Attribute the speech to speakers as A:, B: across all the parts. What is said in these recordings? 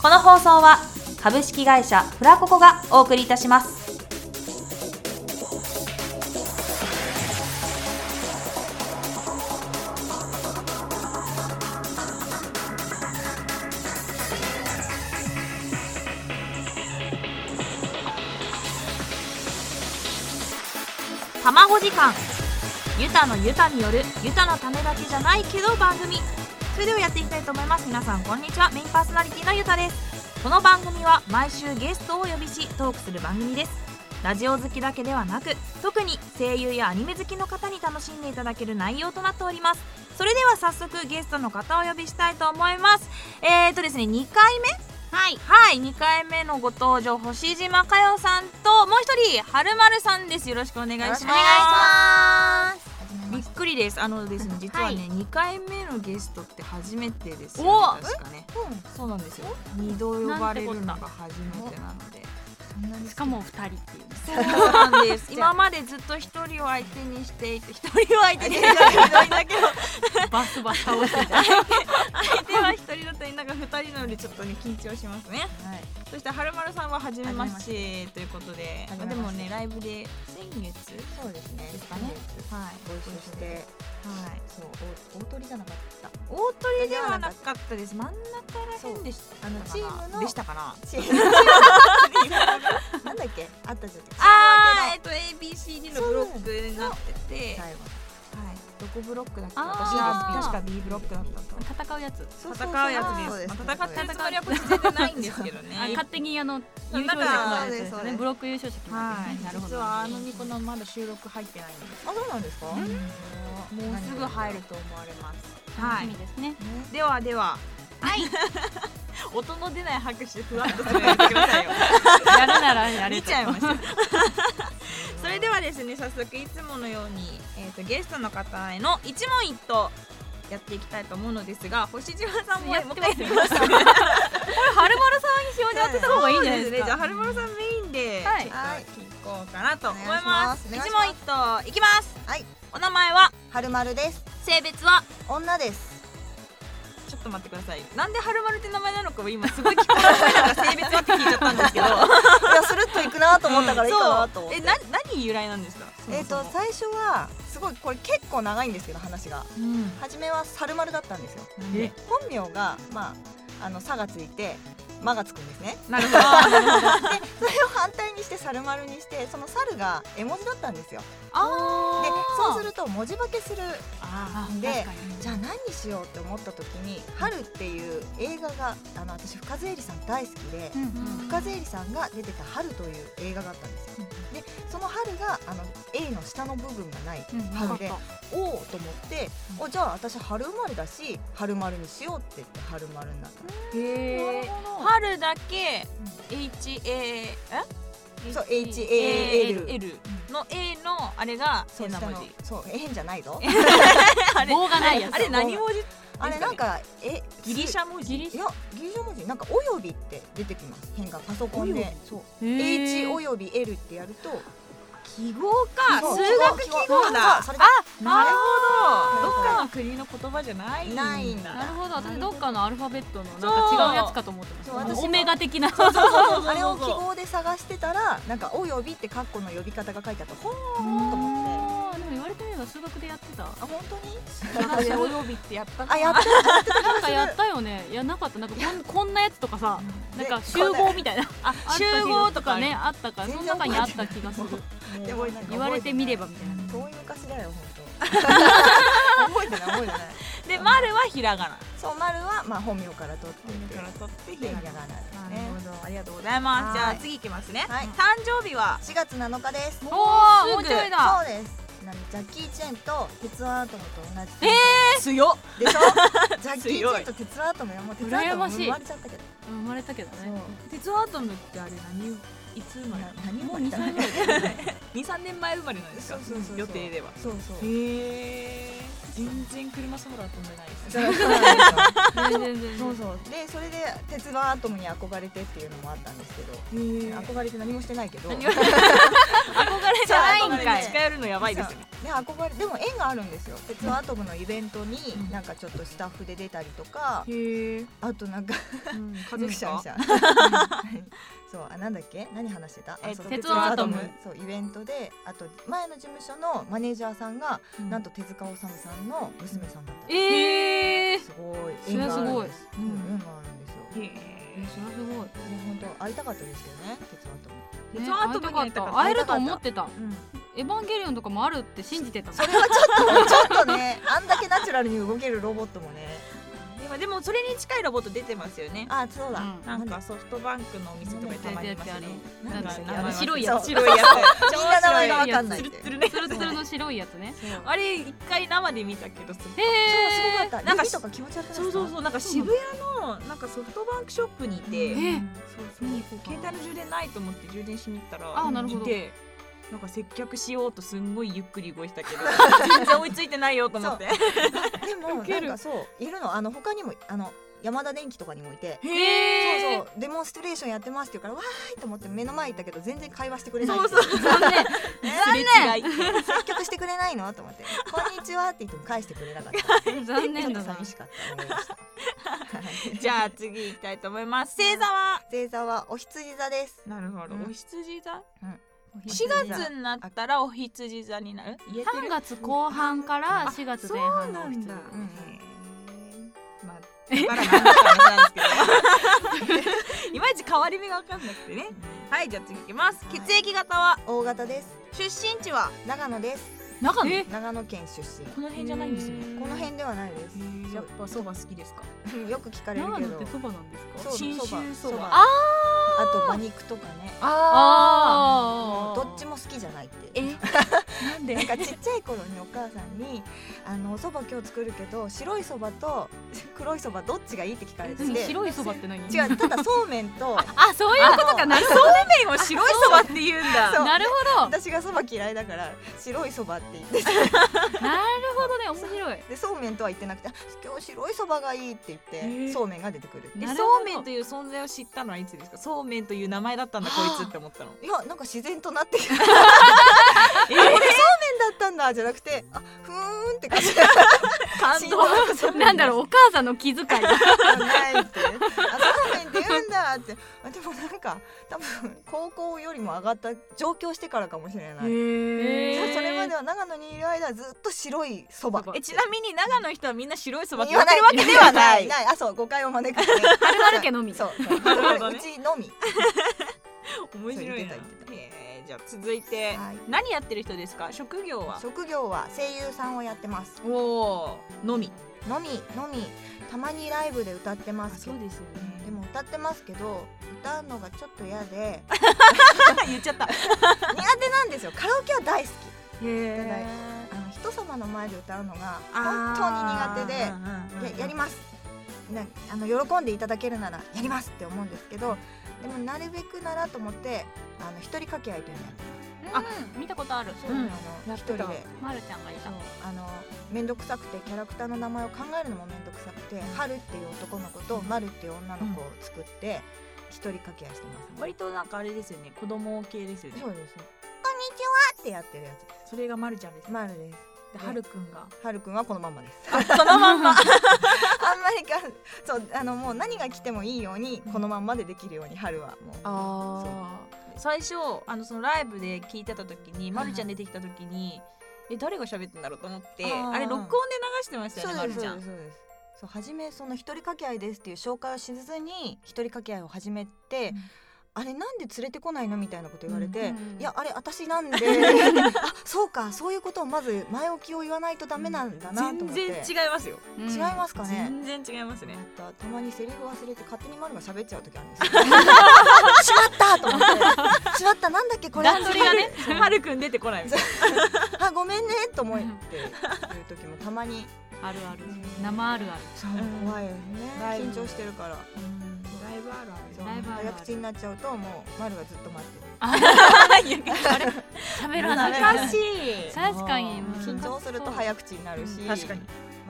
A: この放送は株式会社フラココがお送りいたします。卵時間ユタのユタによるユタのためだけじゃないけど番組それではやっていきたいと思います皆さんこんにちはメインパーソナリティのユタですこの番組は毎週ゲストをお呼びしトークする番組ですラジオ好きだけではなく特に声優やアニメ好きの方に楽しんでいただける内容となっておりますそれでは早速ゲストの方をお呼びしたいと思いますえーとですね2回目はい、はい、2回目のご登場星島佳代さんともう一人はるまるさんですよろしくお願いします
B: よろしくお願いし
A: びっくりです。あのですね、実はね、2回目のゲストって初めてですよ、
B: お
A: ね。確かね。そうなんですよ。2度呼ばれるのが初めてなので。
C: しかも二人っていうね
A: そうなんです。 今までずっと一人を相手にしていて、一人を相手にしていただけど、
C: バスバス倒してた
A: 相手は一人だったり、なんか二人なのでちょっとね緊張しますね。
B: はい
A: そしてはるまるさんは初めましてということで、
B: 初めまして
A: でもねライブで先月
B: そうですね
A: ですかねはい
B: ご一緒して
A: はい。
B: そうお大鳥じゃなかった
A: 大鳥ではなかったです。真ん中ら辺でした。あの
B: チームの
A: でしたかな。
B: チームなんだっけあったじゃん
A: あーえっと ABCD のブロックになってて、はい、
B: 最後
A: どこブロックだっけ？
C: あー
A: 私は確か B ブロックだったと。
C: 戦うやつ
B: そうそうそう
A: 戦うやつ
B: そう
A: です。
B: ね
A: まあ戦ってるつもりはこっち出てないんですけどね。
C: あ勝手にあの
A: そ
C: 優
A: うなん
C: 勝
A: か
C: 者決まるやつです
B: そ
C: よ
B: うです
C: ねブロック優勝者決まる
A: は
C: やつ
A: い。
C: ねなるほ
A: 実
C: ど
A: はあのニコのまだ収録入ってないんです。
B: あそうなんですか
C: ん
A: もうすぐ入ると思われます。
C: 楽
A: は
C: し
A: い
C: み。ですね
A: ではでは。 はい。音の出ない拍手ふわっとするのやめてくださいよ。
C: やるならやれ
A: 見
C: と
A: ちゃいました それではですね早速いつものように、えー、とゲストの方への一問一答やっていきたいと思うのですが星島さんも
C: やって
A: もう
C: ます
A: 一回やってみ ますね
C: はるまるさんに表で当てた方がいいんじゃない
A: そう
C: です
A: ねじゃあ
C: か
A: 春丸さんメインで、
C: はい
A: ちょっと聞こうかなと思います
B: お願
A: 一
B: い
A: 問
B: します
A: 一答いきます
B: はい
A: お名前は
B: はるまるです
A: 性別は
B: 女です
A: ちょっと待ってくださいなんで春丸って名前なのかを今すごい聞こえたから性別はって聞いちゃったんですけど
B: いやスルッといくなと思ったからいいかなと
A: そ
B: 思
A: う
B: って
A: えな何由来なんですか
B: えっと
A: そも
B: 最初はすごいこれ結構長いんですけど話が
A: そもうん
B: 初めは猿丸だったんですよ
A: え
B: 本名がまああの「さ」がついて「ま」がつくんですね
A: なるほど
B: それを反対にして猿丸にしてその猿が絵文字だったんですよ
A: あ
B: で
A: ー
B: そうすると文字化けする
C: あ
B: ん
C: ー
B: で
C: 確かに
B: じゃあ何にしようって思った時に「春」っていう映画があの私深津絵里さん大好きで
C: うん
B: 深津絵里さんが出てた「春」という映画があったんですよでその「春」があの A の下の部分がない
C: うんうん
B: 春で「おお」と思って
C: うん
B: おじゃあ私春生まれだし春丸にしようって言って春丸になった
C: へー
A: 春だけ H A え
B: そう
A: A
B: HAL
A: L の A のあれが
B: そう
A: 変な
B: 下
A: 文
B: の
A: 字。
B: そう変じゃないぞ
A: あれ
C: 棒がないやつ
A: あれ何文字？
B: あれなんかえ
A: ギリシャ文字？
C: ギリ
B: いやギリシャ文字なんか「および」って出てきます変がパソコン
C: およ
B: でそう
C: へー
B: H および L ってやると
A: 記号か
B: そう
A: 数学記号だ。あ
B: そうそれ
A: なるほど。
B: そう
A: どっかの国の言葉じゃないんだ。
B: ないんだ
C: なるほど私どっかのアルファベットのなん
A: そう
C: か違うやつかと思ってました
B: そう
C: あ
B: 私
C: の
B: も
C: オメガ的な
B: あれを記号で探してたらなんか「および」ってカッコの呼び方が書いてあってほー
C: あ
B: んと思って
C: ーでも言われてみれば数学でやってた
B: あ本当に
A: なんでお呼びってやったか
B: あやった
C: なんかやったよねいやなかったなんかこんこんなやつとかさなんか集合みたいなあった気が
A: 集合とか
C: ねあったからその中にあった気がする
B: でもなんか覚えてない
C: 言われてみればみたいな
B: 遠い昔だよ本当 覚えてない覚えてない
A: で丸はひらがな。
B: そう丸はまあ本名から取ってて
A: ら取って
B: でひらがなです
A: な
B: ね
A: るほど。ありがとうございます。じゃ
B: は
A: あ
B: い
A: 次いきますね。
B: はい
A: 誕生日は
B: 4月7日です
A: おーもう
C: すぐ
A: ちょいだ。
B: そうですなんでジャッキー・チェンと鉄腕アトムと同じ
A: 強っ。
B: でしょジャッキー・チェンと鉄腕アトムよもう鉄腕アト
C: 羨
B: ム
C: ましい
B: 生まれちゃったけど
C: 生まれたけど
B: そう
C: ね
A: 鉄アトムってあれ何いつ生まれ
B: な何
C: も
B: も
C: う
B: 生ま
C: 2
B: れたの
C: 歳ぐらいだよね
A: 二三年前生まれなんです
B: そ
A: か
B: うそうそうそう
A: 予定では
B: そうそう
A: へえ全然車空飛んでないです
B: そうなんですよ
C: 全然全然
B: そうそうでそれで鉄腕アトムに憧れてっていうのもあったんですけど憧れて何もしてないけど
A: 何も憧れて
B: そう
C: ばい ですね
B: ね憧れでも縁があるんですよ鉄腕アトムのイベントに
C: うん
B: なんかちょっとスタッフで出たりとか、
A: へえ。
B: あとなんか
A: うん、風
B: む
A: です
B: しゃむ
A: か
B: し。ゃはい そうあなんだっけ何話してたあ
A: えっと
B: そう
C: 鉄腕アトム
B: そうイベントであと前の事務所のマネージャーさんが、
A: うん
B: なんと手塚治虫さんの娘さんだったり
C: ええー、
B: すごい
C: それはすごい
B: 縁があるんです、うん
C: うん
B: 縁があるんですよ
A: へ
B: ね
A: え。
C: それはすごい
B: 本当会いたかったですけどね鉄腕アト
A: 鉄腕ア
C: ね
B: ム
A: トムに会いたかった
C: 会えると思ってた
B: うん
C: エヴァンゲリオンとかもあるって信じてた
B: それはちょっとちょっとねあんだけナチュラルに動けるロボットもね
A: 今でもそれに近いロボット出てますよね。
B: あそうだ、
C: うん
A: なんかソフトバンクのお店とかにたまにいますよね。
B: な
A: なんん
B: だ
A: だ
B: っ
A: っ
B: け
A: け
B: あ
A: あ
B: の
A: の
B: 白
A: 白
B: い
A: い
B: や
A: や
B: つ
A: つ。白いやつ。
B: みんな名前が
A: わ
B: わかんないっ
A: つ
B: て
A: るつるね。
C: ツルツルの白いやつね
B: そう
A: あれ一回生で見たけどすごい
C: へ
B: そうす
C: え
B: ごかった
A: なんか
B: 指とか気持ち悪くないですか
A: そうそうそうなんか渋谷のなんかソフトバンクショップにいて、
C: え
A: そうそう
C: 見に行こうかな
A: 携帯の充電ないと思って充電しに行ったら
C: あなるほど
A: いてなんか接客しようとすんごいゆっくり動いてたけ ど全然追いついてないよと思って
B: でも
A: ウケ
B: なん
A: る
B: かそういるのあの他にもあの山田電機とかにもいて。
C: へえ
B: そうそうデモンストレーションやってますって言うからわーいと思って目の前行ったけど全然会話してくれない
A: そうそう
C: 残念
A: すれ違い
B: 接客してくれないのと思って「こんにちは」って言っても返してくれな かった
C: 残
B: ちょ
C: 念
B: っ
C: だ
B: と
C: な
B: 寂しかった思いましたはい
A: じゃあ次行きたいと思います星座は
B: 星座はお羊座です
A: なるほど、
B: うん
A: お羊座
B: お
A: 4
B: 羊座
A: 月になったらお羊座になる言えて
C: 3
A: る
C: 月後半から4月前半の
A: あそうなんだ
B: うん
A: まあだからなんだか話なん ですけどいまいち変わり目が分かんなくてねはいじゃあ次行きます
B: はい
A: 血液型は
B: 大型です
A: 出身地は
B: 長野です
A: 長
C: え
B: 長野県出身
A: この辺じゃないんですね
B: この辺ではないです
A: やっぱそば好きですか
B: うんよく聞かれる
C: 長
B: け
C: 野っ
B: ど
C: てそばなんです
B: そ
C: か
B: う
A: 信州
B: そば
A: そば
B: そば
C: あ
B: あと馬肉とかね
A: あ
B: もうど
C: ー
B: っちも好きじゃないって
A: えなんで
B: なんかちっちゃい頃にお母さんに「あのおそば今日作るけど白いそばと 黒いそばどっちがいい?」って聞かれて
C: 何
B: て
C: 白いそばって何
B: 違うただそうめんと
C: あそういうことかなるほど
A: そうめんを白いそばって言うんだ
B: そう
C: なるほ ど
B: 私がそば嫌いだから白いそばって言って
C: なるほどね面白い
B: でそうめんとは言ってなくてあ「今日白いそばがいい」って言っ
A: へ
B: て
A: ー
B: そうめんが出てくる
A: え
C: なるほど
A: そうめんという存在を知ったのはいつですかそうめんという名前だったんだこいつって思ったの
B: いやなんか自然となってきた そうめん
A: え
B: だったんだじゃなくてあふーんって感じ
A: 感動
B: 動
C: なんだろうお母さんの気遣いだ
B: ないってあそうめんって言うんだってあでもなんか多分高校よりも上がった上京してからかもしれない、
C: へー
B: そうそれまでは長野にいる間はずっと白いそば
C: そば
A: えちなみに長野の人はみんな白いそばって
B: 言
A: 言っ
B: わな
A: て
B: い
A: るわけでは ない
B: ないあそう誤解を招くね
C: はるはる家のみ
B: そうそ
A: る
B: う
A: ほどね
B: うちのみ
A: 面白いな
B: そう言ってた
A: へーじゃあ続いて
B: はい
A: 何やってる人ですか職業は
B: 職業は声優さんをやってます
A: おおのみ
B: のみのみたまにライブで歌ってますけど
A: ですよ
B: うんでも歌ってますけど歌うのがちょっと嫌で
A: 言っちゃったへ
B: 苦手なんですよカラオケは大好き
A: え
B: あの人様の前で歌うのが本当に苦手でややりますなあの喜んでいただけるならやりますって思うんですけどでもなるべくならと思ってあの一人掛け合いというのをやって
C: あ見たことある
B: ます、
A: うん
B: あの
A: や
B: 一
A: って
B: 人
A: た
B: で
C: まるちゃんがいた
B: あの面倒くさくてキャラクターの名前を考えるのも面倒くさくて「はる」っていう男の子と「まる」っていう女の子を作って一人掛け合いしてます、
A: 割となんかあれですよね子供系ですよね
B: そうですこんにちはってやってるやつ
A: それがまるちゃんです
B: まるです
A: ではるくんが
B: はるくんはこのまんまです
A: そのまんま
B: あんまりかそうあのもう何が来てもいいようにこのまんまでできるようにはるはもう
A: あ最初あのそのライブで聞いてた時にまるちゃん出てきた時にえ誰が喋ってんだろうと思って
B: あー
A: あれ録音で流してましたよねまるちゃん
B: そうですそう初めその一人掛け合いですっていう紹介をしずに一人掛け合いを始めて、
A: うん
B: あれなんで連れてこないのみたいなこと言われて、
C: うん
B: いやあれ私 なんであそうかそういうことをまず前置きを言わないとダメなんだなと思
A: 全然
B: って
A: 違いますよ
B: 違いますかね
A: 全然違いますね
B: またたまにセリフ忘れて勝手に丸が喋っちゃう時ある んですよしまったと思ってしまったなんだっけこれ
C: 段取りがね
A: まるくん出てこないみたい
B: あごめんねと思っていう時もたまに
C: あるある生あるあ
B: そう
A: うん
B: 怖いよね
A: ライブ
B: 緊張してるから
A: なうんライブある
B: そう
C: ライブあるあ
B: 早
C: る
B: 口になっちゃうともう丸がずっと待ってる
A: ある
B: あれ
C: る喋らない
A: 難しい
C: 確かに
B: 緊張すると早口になるし
A: 確かに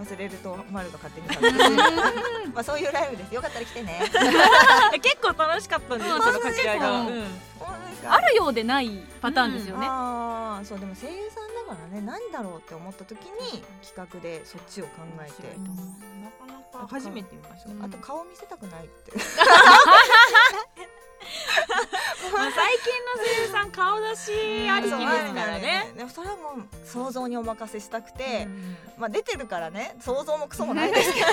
B: 忘れるとマルが勝手に買うまあそういうライブですよかったら来てね
A: 結構楽しかったんですよ、
C: うん
A: その掛け合いが、
C: そうそう
A: うん
C: あるようでないパターンですよね、
B: ああーそうでも声優さんだからね何だろうって思った時に企画でそっちを考えて
C: 面
A: なかなか初めて見ました、
C: うん
B: あと顔見せたくな いって
A: まあ最近の声優さん顔出しありきですからね、
B: でもそれはもう想像にお任せしたく
A: う
B: て、
A: ん
B: まあ出てるからね想像もクソ もないですけど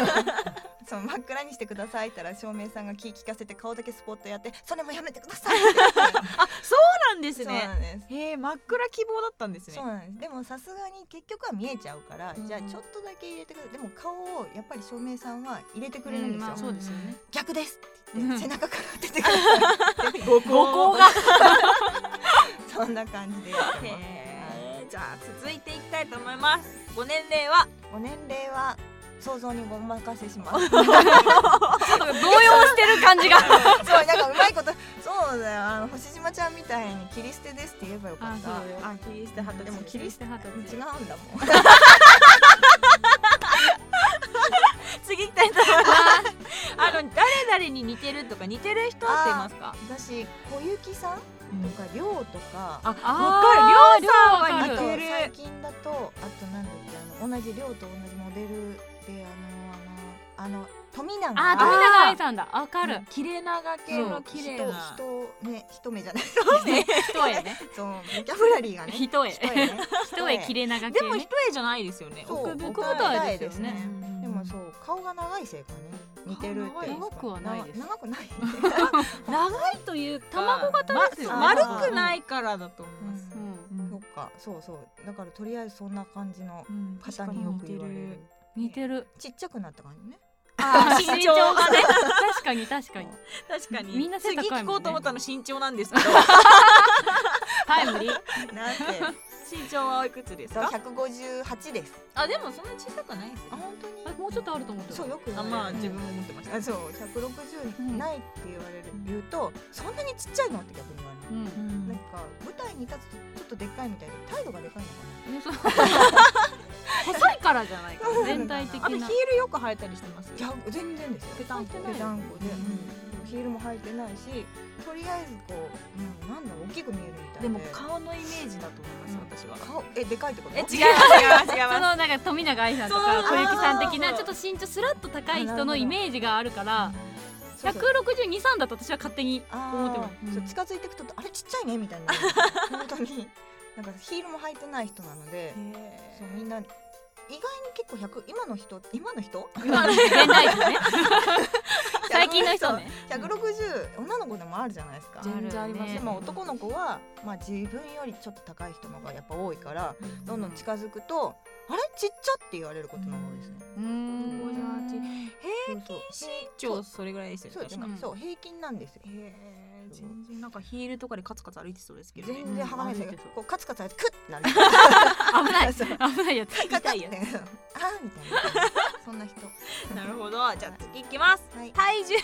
B: その真っ暗にしてくださいって言ったら照明さんが気聞かせて顔だけスポットやってそれもやめてくださいって言って
A: あ そうなんで
B: そ
A: す
B: う
A: ね
B: なんです
A: へえ真っ暗希望だったんですね
B: そうなんですでもさすがに結局は見えちゃうから、
A: うん
B: じゃあちょっとだけ入れてくれでも顔をやっぱり照明さんは入れてくれるんですよ、
C: まあそうですよね
B: 逆ですって
C: うん
B: 言って背中から出 てくださいって
C: 五行が
B: そんな感じでやってます
A: へーじゃあ続いていきたいと思いますご年齢は
B: お年齢は想像にごまかせします
C: ちょっと動揺してる感じが
B: そうなんかうまいことそうだよあの星島ちゃんみたいに切り捨てですって言えばよかった
C: あそうよ
A: あ切り捨て二十歳
B: でも切り捨
C: てはた
B: 違うん だもん
A: 次行きたいと 思いますあの誰々に似てるとか似てる人っていますか
B: 私小雪さんとかりょうとか
A: あ
C: あー
A: わかるりょうさんは
C: りょうわ
B: あ
C: か
B: と
C: る
A: 似てる
B: 最近だとあとなんだっけあの同じ亮と同じモデルであのあのあの富永
C: あー富
A: あ
C: 永愛さんだわかる
A: 綺麗なが系の
C: うん
A: 綺麗な
B: 人人ね一目じゃない
C: 一重ね
B: そうボキャブラリーがね
C: 一重
B: 一重ね
C: 一重切れ長 系
A: でも一
C: ね
A: 重じゃないですよね
B: そう
C: 奥
B: 奥
C: 深いですよね
B: 深いでもそう顔が長いせいかね似てるっていうか
C: 長くはないです
B: な長く ない
A: 長いというか
C: 卵型ですよね
A: ま丸くないからだと思います、
C: う
B: う
C: ん
A: うん
B: そっかそうそうだからとりあえずそんな感じの
A: うん
B: 方によく言われる
C: 似てる
B: ちっちゃくなった感じね
A: あー身長がね
C: 確かに確かに
A: 確かに
C: みんな背高いもんね
A: 次聞こうと思ったの身長なんです けど
C: タイムリー
B: なんて
A: 身長はおいくつですか
B: 158です
A: あでもそんな小さくないですよ
B: あ本当に
C: あもうちょっとあると思ってた
B: そうよく言
A: あ
B: われる
A: まあ自分も思ってました
B: あそう160ないって言われる、
A: うん
B: 言うとそんなにちっちゃいのって逆に言われる、
C: うん
A: うん
B: なんか舞台に立つとちょっとでっかいみたいで態度がでかいのか
C: ねそう細いからじゃないかな全体的
A: あとヒ
C: な
A: ールよく履いたりしてます
B: ないや全然ですよ
A: ぺたんこ
B: ぺたんこで、
A: う
B: ヒールも履いてないしとりあえずこう、うん、なんだろう大きく見えるみたい
A: でも顔のイメージだと思います、私は
B: 顔えでかいってこと
A: え違う違う違
C: その
A: いま
C: なんか富永愛さんと
A: そう
C: か小雪さん的な
A: あー
C: ちょっと身長スラッと高い人のイメージがあるから
B: そうそう
C: 162、3だと私は勝手に
B: あ
C: 思って
B: ー
C: ます
A: うん
B: そう近づいてくとあれちっちゃいね みたいな本当になんかヒールも履いてない人なので、 そうみんな意外に結構100今の人今の人
C: 現代人ね 最近の人 ね
B: 160女の子でもあるじゃないですか
C: 全然あります
B: でも男の子は、まあ、自分よりちょっと高い人の方がやっぱ多いからどんどん近づくと、あれちっちゃって言われることの方が多いですね。
C: うーん
A: 平均身長それぐらいですよ
B: そう
A: ね
B: で
A: 確
B: す
A: か
B: ね
C: うん
B: そう平均なんですよ。
A: へー全然なんかヒールとかでカツカツ歩いてそうですけどね
B: 全然剥がないです
C: うん
B: こうカツカツやってクッてなる。
C: 危ない
B: そう
C: 危ないやつ
B: カツカツ
A: 痛いやつ
B: って あーみたいなそんな人。
A: なるほどじゃあ次いきます
B: はい。
A: 体重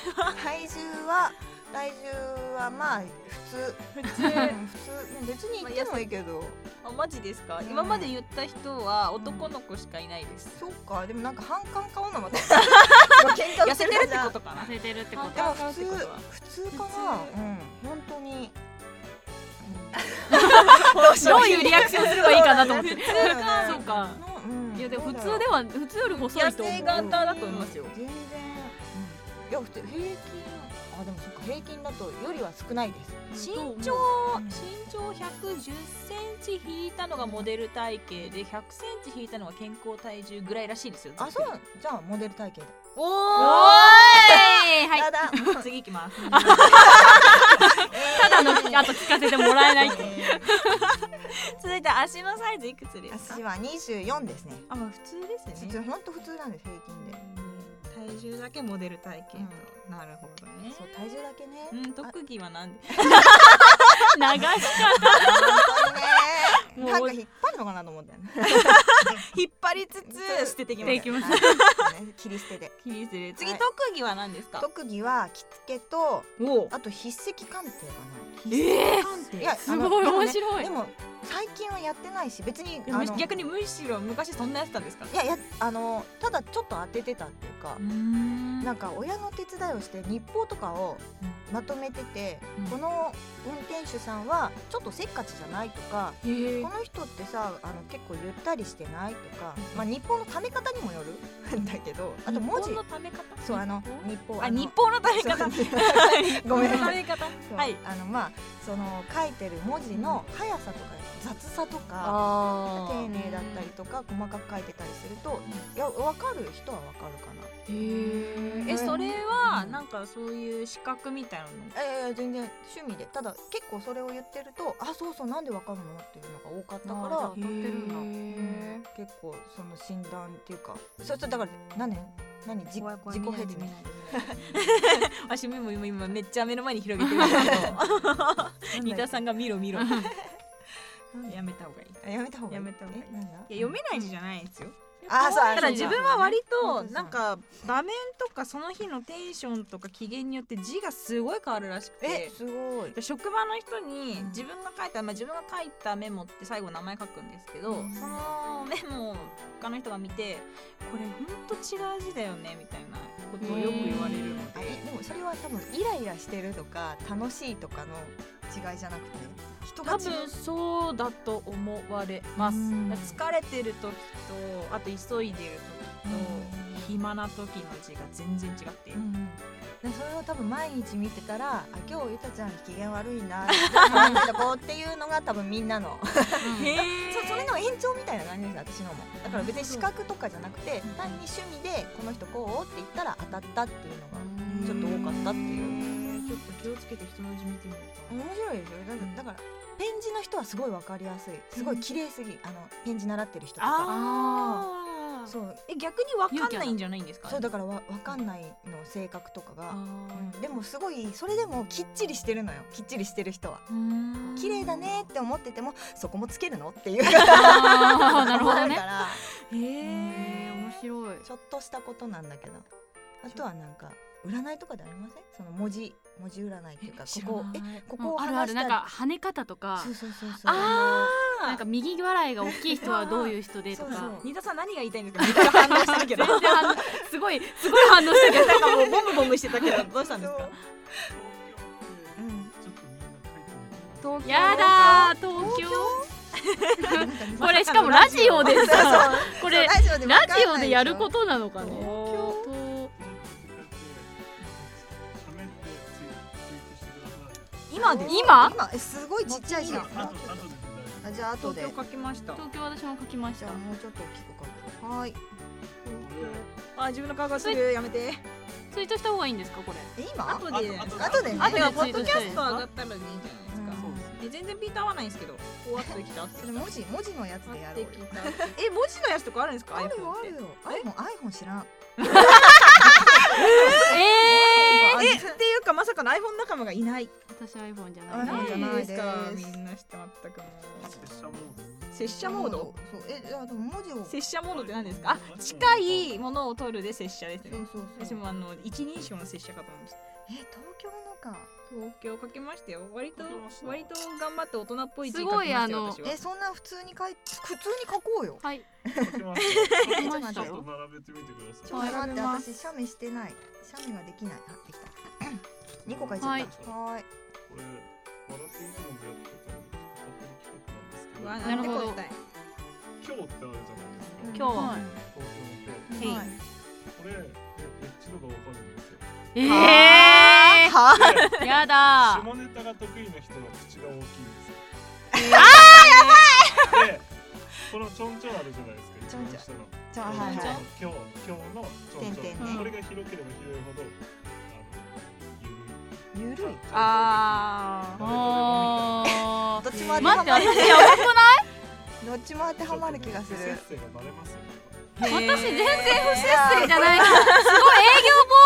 B: 体重は体重はまあ普通
A: 普
B: うん普通別に言ってもいいけど。
A: あマジですか、
B: うん
A: 今まで言った人は男の子しかいないです、
B: そうかでもなんか半缶買おうのも喧 嘩売
A: 痩せてるってこと
B: か
A: かな
C: 痩せてるってこ
B: で
C: と
B: も普通
A: ってことは
B: 普通かなうん本当に
C: どういうリアクションすればいいかなと思って
B: 普通か
C: そうか
B: うん
C: いやでも普通では普通より細
A: 痩
C: いと思
A: せ
C: う
A: 型だと思いますよ、
B: 全然うんいや普通平均あでもそっか平均だとよりは少ないです
A: 身長身長110センチ引いたのがモデル体型で100センチ引いたのが健康体重ぐらいらしいですよ
B: あそうじゃあモデル体型
A: お
C: おーい
B: だ
C: はい
B: やだ
A: ー次行きます
C: ただのあと聞かせてもらえないって
A: 続いて足のサイズいくつですか
B: 私は24ですね
A: あまあ普通です
B: 普通本当普通なんです平均で
A: 体重だけモデル体型と、なるほどね
B: そう体重だけね
A: うん
B: あ
A: 特技は何で
C: 流し方
B: 本当にね
C: もう
B: なん
C: お
B: か
C: い
B: 引っ張るのかなと思ったよね引っ張りつつ捨ててき
C: ます
B: はい切り捨てで
A: 気にする次、
B: はい
A: 特技は何ですか
B: 特技は着付けと
A: お
B: あと筆跡鑑定か
C: ええ
B: な。
A: いや
C: すごい
B: あの
C: 面白い
B: でも,、ね、でも最近はやってないし別にあ
A: むし
B: の
A: 逆にむしろ昔そんなやってたんですか
B: いやいやあのただちょっと当ててたっていうか、
A: ん
B: なんか親の手伝いをして日報とかをまとめてて、
A: うん
B: この運転手さんはちょっとせっかちじゃないとか、
A: へー
B: この人ってさあの結構ゆったりしてないとか、まあ、日報のため方にもよるんだけどあと文字
C: 日本のため方
B: そうあの日報
A: あ
B: の
A: 日報の食べ
B: そ
A: 方
B: う
A: ご
B: ごめ
A: め
B: ん
A: ん
B: なさ
A: 食
B: い
A: べ方
B: そう
A: はい
B: あのまあその書いてる文字の速さとか雑さとか
A: あ
B: 丁寧だったりとか細かく書いてたりすると、いや分かる人は分かるかな。
A: へーえそれはなんかそういう資格みたいなの
B: えー、全然趣味でただ結構それを言ってるとあそうそうなんでわかるのっていうのが多かった
A: だ
B: から
A: から当たってるんだ
B: うん結構その診断っていうかそしてだから何何自
A: 怖い怖い
B: 自己ヘ
A: 見
B: ジ
A: ない
B: メ
A: で 私目も今今めっちゃ目の前に広げてる三田さんが見ろ 見ろやめた方がいい
B: あやめた方がいい
A: やめた方がいい
B: えなんだ
A: いや読めない字じゃないですよ
B: あそう
A: た
B: あそう
A: だ自分は割と
B: そうだ
A: なんか場面とかその日のテンションとか機嫌によって字がすごい変わるらしくて
B: えすごい
A: で職場の人に
B: うん
A: 自分が書いた、まあ、自分が書いたメモって最後名前書くんですけど、
B: うん
A: そのメモを他の人が見てこれほんと違う字だよねみたいなことをよく言われるの
B: あ
A: で
B: えでもそれは多分イライラしてるとか楽しいとかの違いじゃなくて人が
C: 多
B: 違う
C: 分そうだと思われます
B: うん
A: 疲れてる時とあと急いでる時と暇な時の字が全然違って
B: うんうんでそれを多分毎日見てたらあ今日ゆたちゃん機嫌悪い ななんだこうっていうのが多分みんなの
A: へ
B: そそれの延長みたいな感じです私のもだから別に資格とかじゃなくて
A: うん
B: 単に趣味でこの人こうって言ったら当たったっていうのが
C: ち
B: ち
C: ょ
B: ょ
C: っ
B: っ
C: と
B: と
C: 多か
B: 多か
C: っ
B: ったた
C: っ
B: ってて
C: い
B: いう
C: ちょっと気をつけて人の字見てみよう
B: 面白いでしょだからだからペン字の人はすごい分かりやすいすごい綺麗すぎあのペン字習ってる人とか
A: あ
C: あ
B: そう
A: え逆に分かんないんじゃないんですか
B: そうだからわ分かんないの性格とかが、うんで
A: でも
B: もすごいそれでもきっちりしてるのよきっちりしてる人は。綺麗だねって思っててもそこもつけるのっていう
C: あーなるほど
B: あ
C: ね
B: から
C: へえ面白い
B: ちょっとしたことなんだけどあとはなんか占いとかでありませんその文字文字占いっていうかここえここを
C: あるあ
B: 話
C: る
B: し
C: な
B: た
C: ん
B: り
C: か跳ね方とか
B: そうそうそうそう
C: あ
A: ー
C: なんか右笑いが大きい人はどういう人でと
B: そう
C: か
B: そう
A: 新田さん何が言いたいんですかめっちゃ反応してるけど
C: 全然反応すごいすごい反応してる
A: なんかもうボムボムしてたけどどうしたんです
B: そ
A: か
B: ううん
A: 東
C: やだー東京
B: なんかね
C: これしかもラジオでさこ
B: こ
C: れ
B: ラジオで
C: ラ
B: わかんない
C: ジオでやることとなのかね
A: 東今です
C: 今
B: 今えすごいちっちゃいじゃんあじゃあ後
A: 東
B: で
A: 京書きました
C: 東京私も書きまし
B: じ
C: た
B: ゃあもうちょっと大きく書くはーい
A: あ自分の顔がするやめて
C: ツイートした方がいいんですかこれ
B: え
A: あ
B: 今
A: とで
D: あと
B: 後でね
A: あとは
C: 後
A: ポッ
C: で
A: ド
C: ツイート
A: キ
C: した
A: ャス
C: いです
A: ト
C: か
A: 上がったらいいんじゃないですかえ全然ピント合わないんですけどふわっときた合ってき
B: それ文字文字のやつ
A: た
B: でや
A: 合っ
B: ろう
A: て
B: よ
A: きたえ文字のやつとかあるんですか
B: あ
A: iPhone っ
B: るよあ
A: て
B: るよ iPhone iPhone 知らん
C: え
A: えっていうかまさかの iPhone 仲間がいない
C: ー、私 iPhone じゃ
B: あ
C: ない
B: な
C: ないい
B: じゃないです
A: かみんなして全くもう拙者モード
B: そうえじゃあでも文字を
A: 拙者モードって何ですかあ近いものを取るで拙者です
B: そ
A: ね
B: うそう
A: 私
B: そう
A: もあの一人称の拙者かと思いました
B: え東京のか
A: 東京書きましたよ割と
D: 書きました
A: 割と頑張って大人っぽい字書
C: す
A: きま
C: ご
A: し
C: い
A: たよ
C: あの
A: 私は
B: えそんな普通に書い普通に書こうよ
C: はい
B: え
C: 書き
B: ちょっと
C: ました
B: 待って
D: ちょっ
C: よ
D: と並べてみてください
B: ちょっと待って
C: はい
B: 私写メしてない写メができないあできた二個書いちゃった
C: は
B: はいい
D: これマラティンコンでやってた
A: う
D: 企画
A: わ
D: なんです
A: なん
D: けど
A: てこったい
D: 今日ってあるじゃな
C: 今日
B: うんは
D: いですか東京
A: へ
D: の今
A: い
B: はい
D: 日これえエッチのがわかるんですよ
C: え
B: え
C: ー、
B: は
C: やだー
D: 下ネタが得意な人の口が大きいんですよあーやばいでこのちょんちょんあるじゃないですか一番下の
B: じゃあはいはい
D: 今日今日のちょんち
B: 点
D: ょん、
B: 々
C: ね
D: これが広ければ広いほどあの緩い
B: ゆるい
A: あー
C: あ
B: どっちも当て
C: ー待
B: は
C: って
B: まる
C: 私やばくない
B: どっちも当てはまる気がする
D: せっせがバレますよね
C: 私全然
B: 不自
C: じゃないかすごい営業妨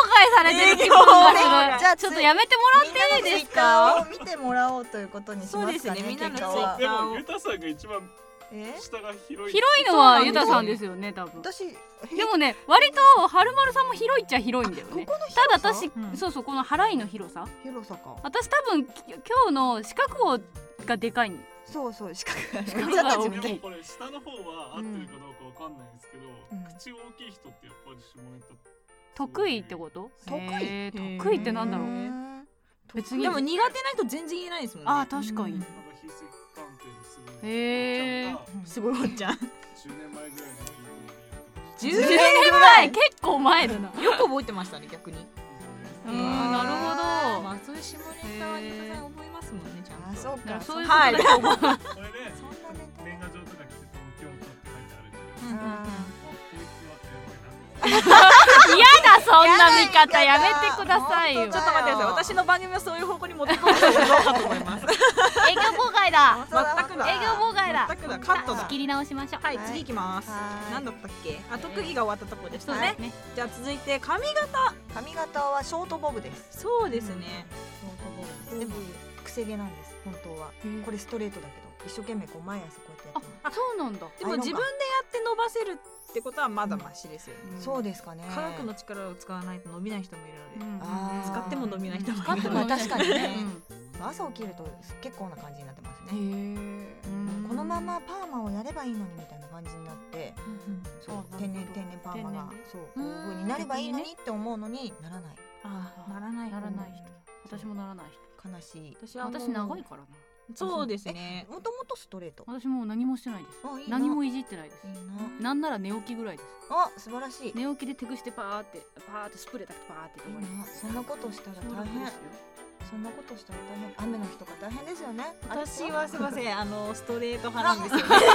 C: 害されてる気分
B: 営業
C: が
B: 妨
C: する
B: 害
C: ちょっとやめてもらっていいですか
B: みんなの Twitter を見てもらおうということにしますかね
A: そうですねみんなの
B: 結果
A: あ
B: は
D: でも
A: Twitter を
D: ゆたさんが一番
B: え
D: 下が広い。
C: 広いのはゆたさんですよね多分
B: 私え
C: でもね割と春丸さんも広いっちゃ広いんだよ
B: こ
C: ね
B: この広さ
C: ただ私、
A: うん
C: そうそうこの払いの広さ
B: 広さか
C: 私多分き今日の四角をがでかいん
B: そうそう四角が
C: 角が
B: 私たちみた
D: でも
B: い
D: これ下の方は合ってるかどうかわかんないんですけど、
B: ん
D: 口大きい人ってやっぱり下ネタ
C: 得意ってこと
B: 得意
C: へー得意ってなんだろう
A: へー
C: 別に
A: でも苦手な人全然言えないですもんね
C: あー確か
B: う
C: に
B: ん
D: なんか筆跡鑑定にすごい
C: へー
D: おっちゃんが
A: すごいおっちゃん
D: 10年前ぐらいのいい子にやってました
A: 10
C: 10
A: 年
C: 年前結構前だな
A: よく覚えてましたね逆に
C: う
A: うんん
C: なるほ
A: まあそういう下ネタは皆さん覚えますもんねちゃ
B: あ
A: んと
B: そう
C: だから
B: か
C: そういうう
A: はい
C: ことだよ
D: それで
B: そんなネタ
D: 年賀状とか来て東京都って書いてあるんであ
A: うんうんうん
D: こいつはエロいなと思 って
C: 嫌だそんな見方やめてくださいよ営
B: 本当
A: ちょ
B: だ
A: っと待ってください私の番組はそういう方向に持ってこうとしてるのかと思い ます
C: 業妨害だ
A: 全くだ
C: 営業妨害だ
A: 全くだカット
B: だ
C: 仕切り直しましょう
A: はい
B: はい
A: 次行きます
B: はい
A: 何だったっけあ特技が終わったとこでした
C: そう
A: ね
C: ですね
A: じゃあ続いて髪型
B: 髪型はショートボブです
A: そうですね
B: ショートボブでもくせ毛なんです本当はこれストレートだけど一生懸命こう毎朝こうやってやってま
C: あそうなんだ
A: でも
B: アイロンか
A: 自分でやって伸ばせるってことはまだマシですよね
B: すそうですかね
A: 科学の力を使わないと伸びない人もいるので
B: あー
A: 使っても伸びない人も
C: 使っ
A: い
C: て
A: る
C: も
A: ので
B: まあ確かにね
C: うん
B: 朝起きると結構な感じになってますね
A: へ
B: このままパーマをやればいいのにみたいな感じになってそう
C: あなるほど
B: 天然天然パーマが
C: 天然で
B: そう
C: う
B: こ
C: ん
B: ういう風になればいいのにって思うのにならない
A: あーならない
C: ならない人
B: うん
C: 私もならない
B: 悲しい
A: 私
C: 人
A: はもう
C: 私長いからな
A: そうですね
B: もともとストレート
C: 私もう何もしてないです
B: あいいな
C: 何もいじってないで
B: いい
C: すなんなら寝起きぐらいです
B: なあ素晴らしいいい
C: 寝起きで手ぐしてパーってパーってスプレーだけパーって終わり
B: なそんなことしたら
C: そうな
B: 大
C: ん
B: 変
C: ですよ
B: そんなことしたら大変雨の日とか大変ですよね
A: 私
B: あ
A: はすいませんあのストレート派なんですよね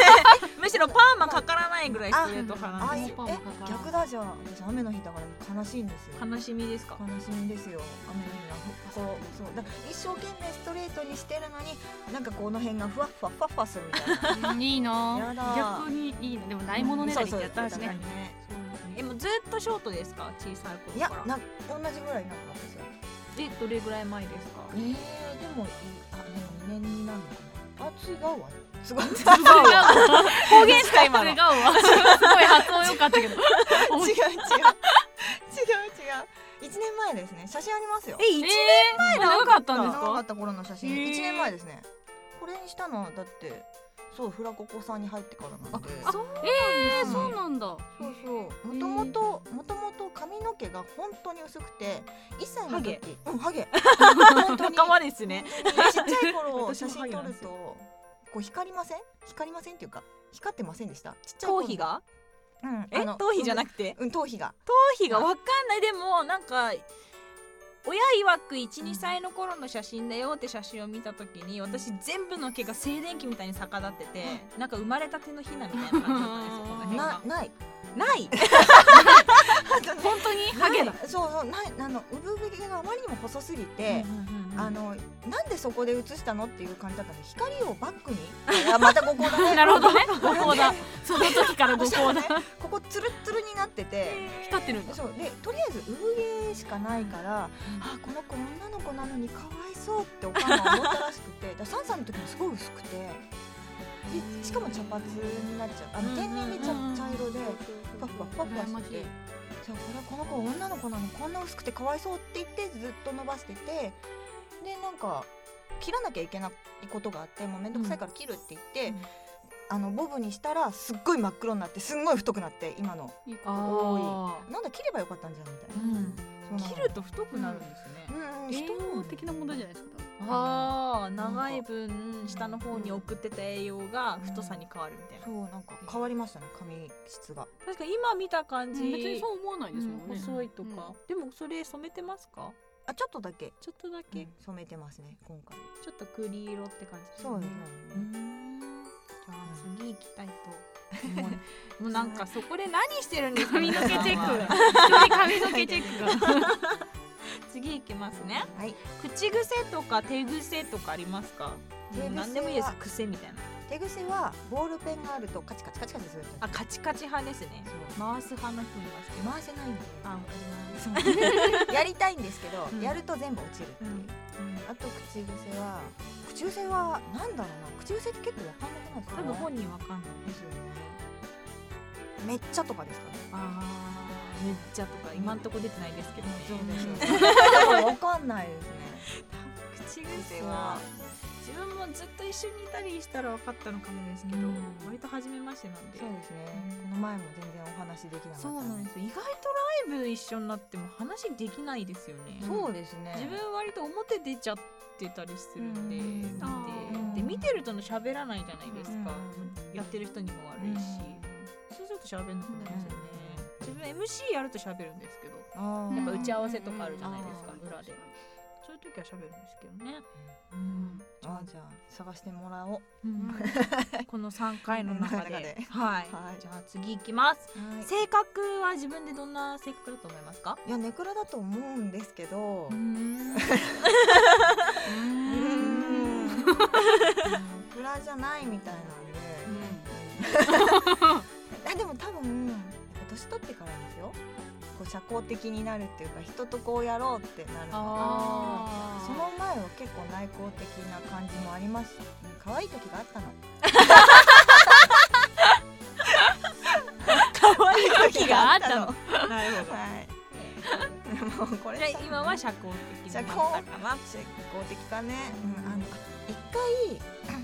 A: むしろパーマかからないぐらいストレート派な
B: あ
A: ん
B: い
A: ですよ
B: いえ
C: パーマかからない
B: 逆だじゃあ私雨の日だから悲しいんですよ
A: 悲しみですか
B: 悲しみですよ雨の日がこうそうだから一生懸命ストレートにしてるのになんかこの辺がふわっふわふわふわするみた いな
C: うんいいな
B: やだ
C: 逆にいいなでもないものねだりっ
B: そう
C: て
B: そ
C: や
B: う
C: ったし
B: 確か
C: ね
B: にね
A: えもうずっとショートですか小さい
B: い
A: 頃
B: や
A: から
B: な同じぐらいなんかですよ
A: えどれぐらい前ですか
B: えー、でもいあでも二年になるのかなあ違うわ すごい
C: 違うわ
A: 方言した今の
C: 違うわすごい発音良かったけど
B: 違う違う違う違う違う1年前ですね写真ありますよ
A: え一
C: え
A: 年
C: ー長かったんです
B: 長か
C: か
B: った頃の写真
C: へー
B: 1年前ですねこれにしたのはだってそうフラココさんに入ってからなんで
C: あ
B: そう
A: そう
C: えーそうなんだ
B: そうもともともともと髪の毛が本当に薄くて1歳の
A: ハ
B: 時
A: ゲ
B: うん ハゲ本当に
A: 仲間ですね
B: 本当にちっちゃい頃
A: 私
B: 写
A: もハ
B: 真
A: ゲ
B: 撮
A: なん
B: る
A: ですよ
B: とこう光りません光りませんっていうか光ってませんでしたちっちゃい頃
A: 頭皮が
B: うん
A: え頭皮じゃな
B: く
A: くて
B: うん頭皮が
A: 頭皮がわかんないでもなんか親曰く12歳の頃の写真だよって写真を見た時に私全部の毛が静電気みたいに逆立っててなんか生まれたてのひなみたいな感じだったんですよこの辺
B: な
A: が
B: ない
A: ない
C: 本当にハゲだ
B: ないそうそうないあの産毛があまりにも細すぎて、あ
A: あの
B: のなんでそこで映したのっていう感じだったんで光をバ ックにあまたここだね
C: なるほどね
B: こ
C: 誤
B: こ
C: 報
B: だ
C: だ
B: ね
C: その時から誤報だ
B: そうねここツルッツルになってて
C: 光ってるんだ
B: そうでとりあえず産毛しかないから、あこの子女の子なのにかわいそうってお母さんは思ったらしくてだから3歳の時もすごい薄くてでしかも茶髪になっちゃうあの天然で茶茶色でパフパフパフパフして
C: 羨ましい
B: そうこれこの子女の子なのにこんな薄くてかわいそうって言ってずっと伸ばしててでなんか切らなきゃいけないことがあってもうめんどくさいから切るって言って、
A: うん
B: あのボブにしたらすっごい真っ黒になってすんごい太くなって今の
C: いいか
B: 多なんだ切ればよかったんじゃんみたいなそうなの
A: 切ると太くなるんですね
B: うんうん
C: 栄
B: 人
C: 養的な問題じゃないですか
A: あー長い分下の方に送ってた栄養が太さに変わるみたいな
B: そうなんか変わりましたね髪質が
A: 確かに今見た感
C: 別
A: じ
C: にそう思わないですもんね、
A: うん細いとか、でもそれ染めてますか
B: あちょっとだけ、
A: ちょっとだ
B: う
A: け、
B: ん染めてますね今回
A: ちょっと栗色って感じ
B: そうですね、
A: うーんじゃあ次行きたいと思い もうなんかそこで何してるんですか
C: 髪の毛チェック
A: 皆さんは
C: が一人髪の毛チェックが
A: 次行きますね
B: はい
A: 口癖とか手癖とかありますか
B: 手癖は
A: 何でもいいです癖みたいな
B: 手癖はボールペンがあるとカチカチカチカチする
A: あカチカチ派ですね
B: そう
A: 回す派の人いますけど
B: 回せないんで
A: あわかります
B: やりたいんですけど、
A: うん
B: やると全部落ちるっていう、
A: うん
B: あと口癖は口癖はなんだろうな口癖って結構わかんなくないですか
A: 多分本人わかんない
B: ですよねめっちゃとかですかね
A: あーめっちゃとか今んとこ出てないですけどね
B: そう ですわかんないです
A: 口
B: ね
A: 癖は自分もずっと一緒にいたりしたら分かったのかもですけど、
C: うん
A: 割と初めましてなんで
B: そうですね
A: うん
B: この前も全然お話できなかった
A: そうなんですよ意外とライブ一緒になっても話できないですよね
B: そうですね
A: 自分割と表出ちゃってたりするんで、
B: うん
A: 見て
C: あ
B: ー
A: で見てるとの喋らないじゃないですか、
B: うん
A: やってる人にも悪いし、そうすると喋んなくなりますよね、自分 MC やると喋るんですけど
B: うん
A: やっぱ
B: あー
A: 打ち合わせとかあるじゃないですか、
B: うん
A: 裏でそういう時は喋るんですけどね、
B: あーじゃあ探してもらおう
A: この3回の中で
B: 中で
A: はい、
B: はい
A: じゃあ次行きます
B: はい
A: 性格は自分でどんな性格だと思いますか
B: いやネクラだと思うんですけど、
A: うーん
B: うんネクラじゃないみたいなんで、 あでも多分やっぱ年取ってからですよこう社交的になるっていうか人とこうやろうってなるの
A: あ
B: その前は結構内向的な感じもありますうん可愛い時があったの
A: 可愛い時があったの
B: なるほどはいもうこれ
A: じゃあ今は社交的になったかな
B: 社交的かね、うん、あの一回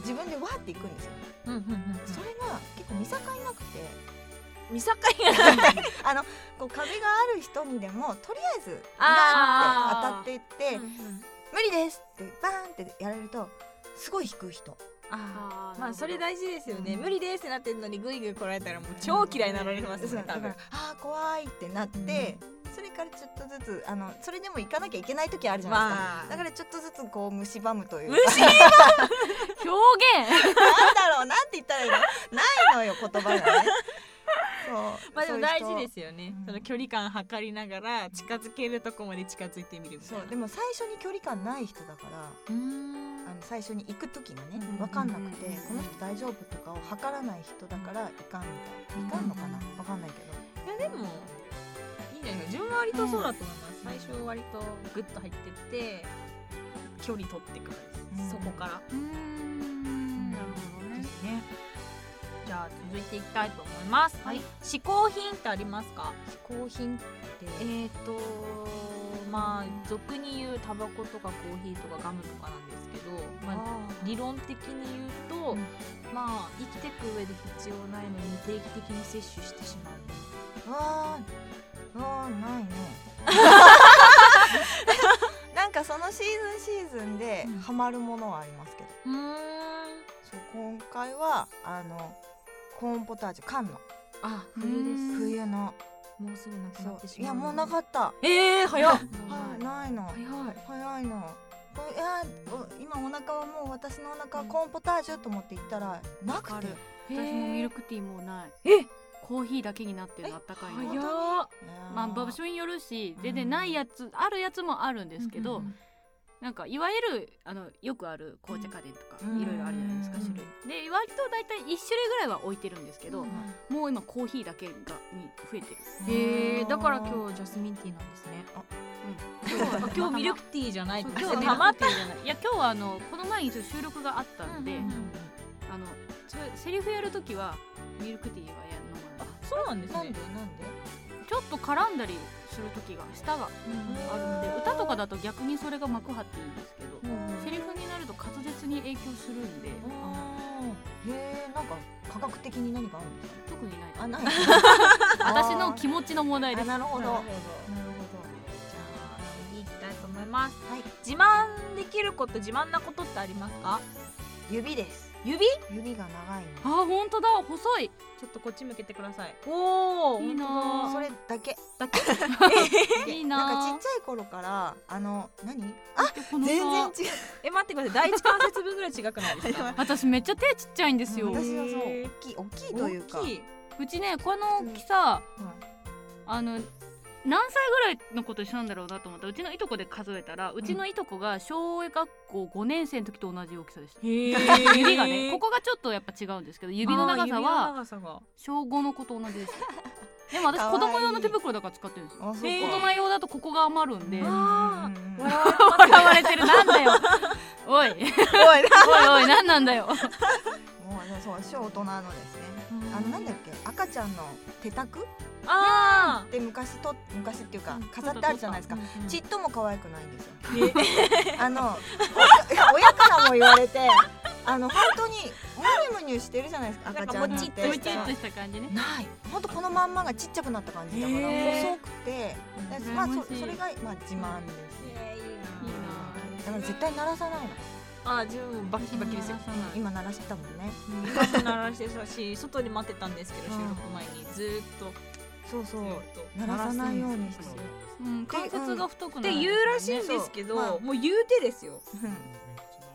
B: 自分でわーって行くんですよ
A: うんうんうんうん
B: それが結構見境なくて
A: 見境が ない
B: あのこう壁がある人にでもとりあえず
A: あー
B: ガンって当たっていって
A: うんうん
B: 「無理です」ってバーンってやられるとすごい引く人
A: あ
C: あ
A: ー
C: ー
A: まあそれ大事ですよね
B: うん
A: 無理ですってなってるのにグイグイ来られたらもう超嫌いになられますよ
B: そう
A: ね多
B: だか
A: 分
B: ら「あー怖い」ってなって、それからちょっとずつあのそれでも行かなきゃいけない時あるじゃないですか、
A: まあ
B: だからちょっとずつこう蝕むというか
A: むし
C: 表現
B: なんだろうなんて言ったらいいのないのよ言葉がねそう
A: まあでも大事ですすよね
B: うん
A: その距離感測りながら近づけるとこまで近づいてみるみたい
B: そう
A: な
B: でも最初に距離感ない人だから
A: うーん
B: あの最初に行く時がね
A: うん
B: 分かんなくて、
A: うん
B: この人大丈夫とかを測らない人だからいかんみたいいかんのかな分かんないけど
A: いやでもいいんじゃないですか自分は割とそうだと思います、最初割とグッと入ってって距離取っていくからです、
B: うん
A: そこから
C: うんなるほどね
A: ですねじゃあ続いていきたいと思います、
B: はい
A: 嗜好品ってありますか
B: 嗜好品って
A: えっ、とまあ俗に言うタバコとかコーヒーとかガムとかなんですけど、まあ、
B: あ
A: 理論的に言うと、
B: うん
A: まあ生きていく上で必要ないのに定期的に摂取してしまう
B: ーわーわーないね なんかそのシーズンシーズンで
A: うん
B: ハマるものはありますけど、
A: うーん
B: そう今回はあのコーンポタージュ缶の
A: あ
C: 冬です
B: 冬の
A: もうすぐなくなって
B: そう
A: し
B: い
A: まう
B: やもうなかった
A: ええー、 早っ
B: はいないの
A: 早い
B: 早いのこういやお今お腹はもう私のお腹はコーンポタージュと思って行ったらなく
C: わか
B: て
C: る私もミルクティーもうない
A: え
C: コーヒーだけになってるあったかいの
B: え
A: 早っ
C: まあ場所によるし
B: うん
C: 全然ないやつあるやつもあるんですけど、
A: うん
C: なんかいわゆるあのよくある紅茶家電とか
B: うん
C: いろいろあるじゃないですか
B: うん
C: 種類で割と大体1種類ぐらいは置いてるんですけど、
A: うん
C: もう今コーヒーだけがに増えてる
A: へえだから
B: 日
A: 今日ジャスミンティーなんですね
C: 今日は
A: 今日ミルクティーじゃない
C: そう
A: です
C: 今日
A: ね
C: たまってるじゃ ないいや今日はあのこの前にちょっと収録があったんで、
A: うんうんうん
C: あのちょセリフやるときはミルクティーはやるの
A: あそうなんです
B: なん
A: ね
B: でなんで
C: ちょっと絡んだりするときが舌があるので歌とかだと逆にそれが幕張っていいんですけど、
B: うん
C: セリフになると滑舌に影響するんで、
B: うんへえなんか科学的に何かあるんですか
C: 特にない
B: あない
C: 私の気持ちの問題で
B: あ
C: す
B: なるほどなるほど
A: じゃあ次行きたいと思います
B: はい
A: 自慢できること自慢なことってありますか
B: 指です
A: 指ち
B: 指が長い
C: あ本当だ細い
A: ょっとこっち向けてくださいおお
C: いいな
B: の
C: ー
B: それだけ
A: だけ
C: いい
B: なん
C: な
B: かちっちゃい頃からあの何
C: あ全
B: 全然違う
A: え待ってください第一関節分ぐらい違くないです か
C: 私めっちゃ手ちっちゃいんですよ
A: うん
B: 私はそう
A: へ
B: 大
A: ー
B: きい大きいというか
A: 大きい、
C: うちねこの大きさ
B: うん
C: あの何歳ぐらいのこと一緒なんだろうなと思ったうちのいとこで数えたらうちのいとこが小学校5年生の時と同じ大きさでした、指がねここがちょっとやっぱ違うんですけど指の長
A: あー
C: さ
A: 指の
C: は
A: 長さが
C: 小5の子と同じでしたでも私子供用の手袋だから使ってるんですよ
B: あそうか
A: へえ
C: 大人用だとここが余るんで
A: あー
B: うん
A: 笑われてますね
C: 笑われてるなんだよおいおい
B: おいな
C: おい何なんだよ
B: もうでもそう私は大人のですねあのなんだっけ赤ちゃんの手卓っ
A: あ
B: て昔と昔っていうか
C: うん
B: 飾ってあるじゃないですか
A: ー
B: ちっとも可愛くないんですよ
A: え
B: あのおい や親からも言われてあの本当にムニュムニュしてるじゃないですか赤ちゃん
A: なんかも
B: って
A: ちっと
C: ム
A: し
C: チ
A: た
C: ッとした感じね
B: ない本当このまんまがちっちゃくなった感じだから
A: へー
B: 細くてで
C: うん
B: まあ
C: 美
B: そ
C: 味しい
B: それがまあ自慢ですね
A: えいい
C: いいな
B: でも絶対鳴らさないの
A: あ自分もバキバキですよ
B: 今鳴らしてたもんね
A: 今も鳴らしてたし外で待ってたんですけど収録前にずーっと
B: そうそう
A: ずーっと
B: 鳴らさないようにしてる
C: うん関節が太く
A: っ
C: な
A: て
C: る
A: 言うらしいんですけど、
B: そうまあ
A: もう言うてですよ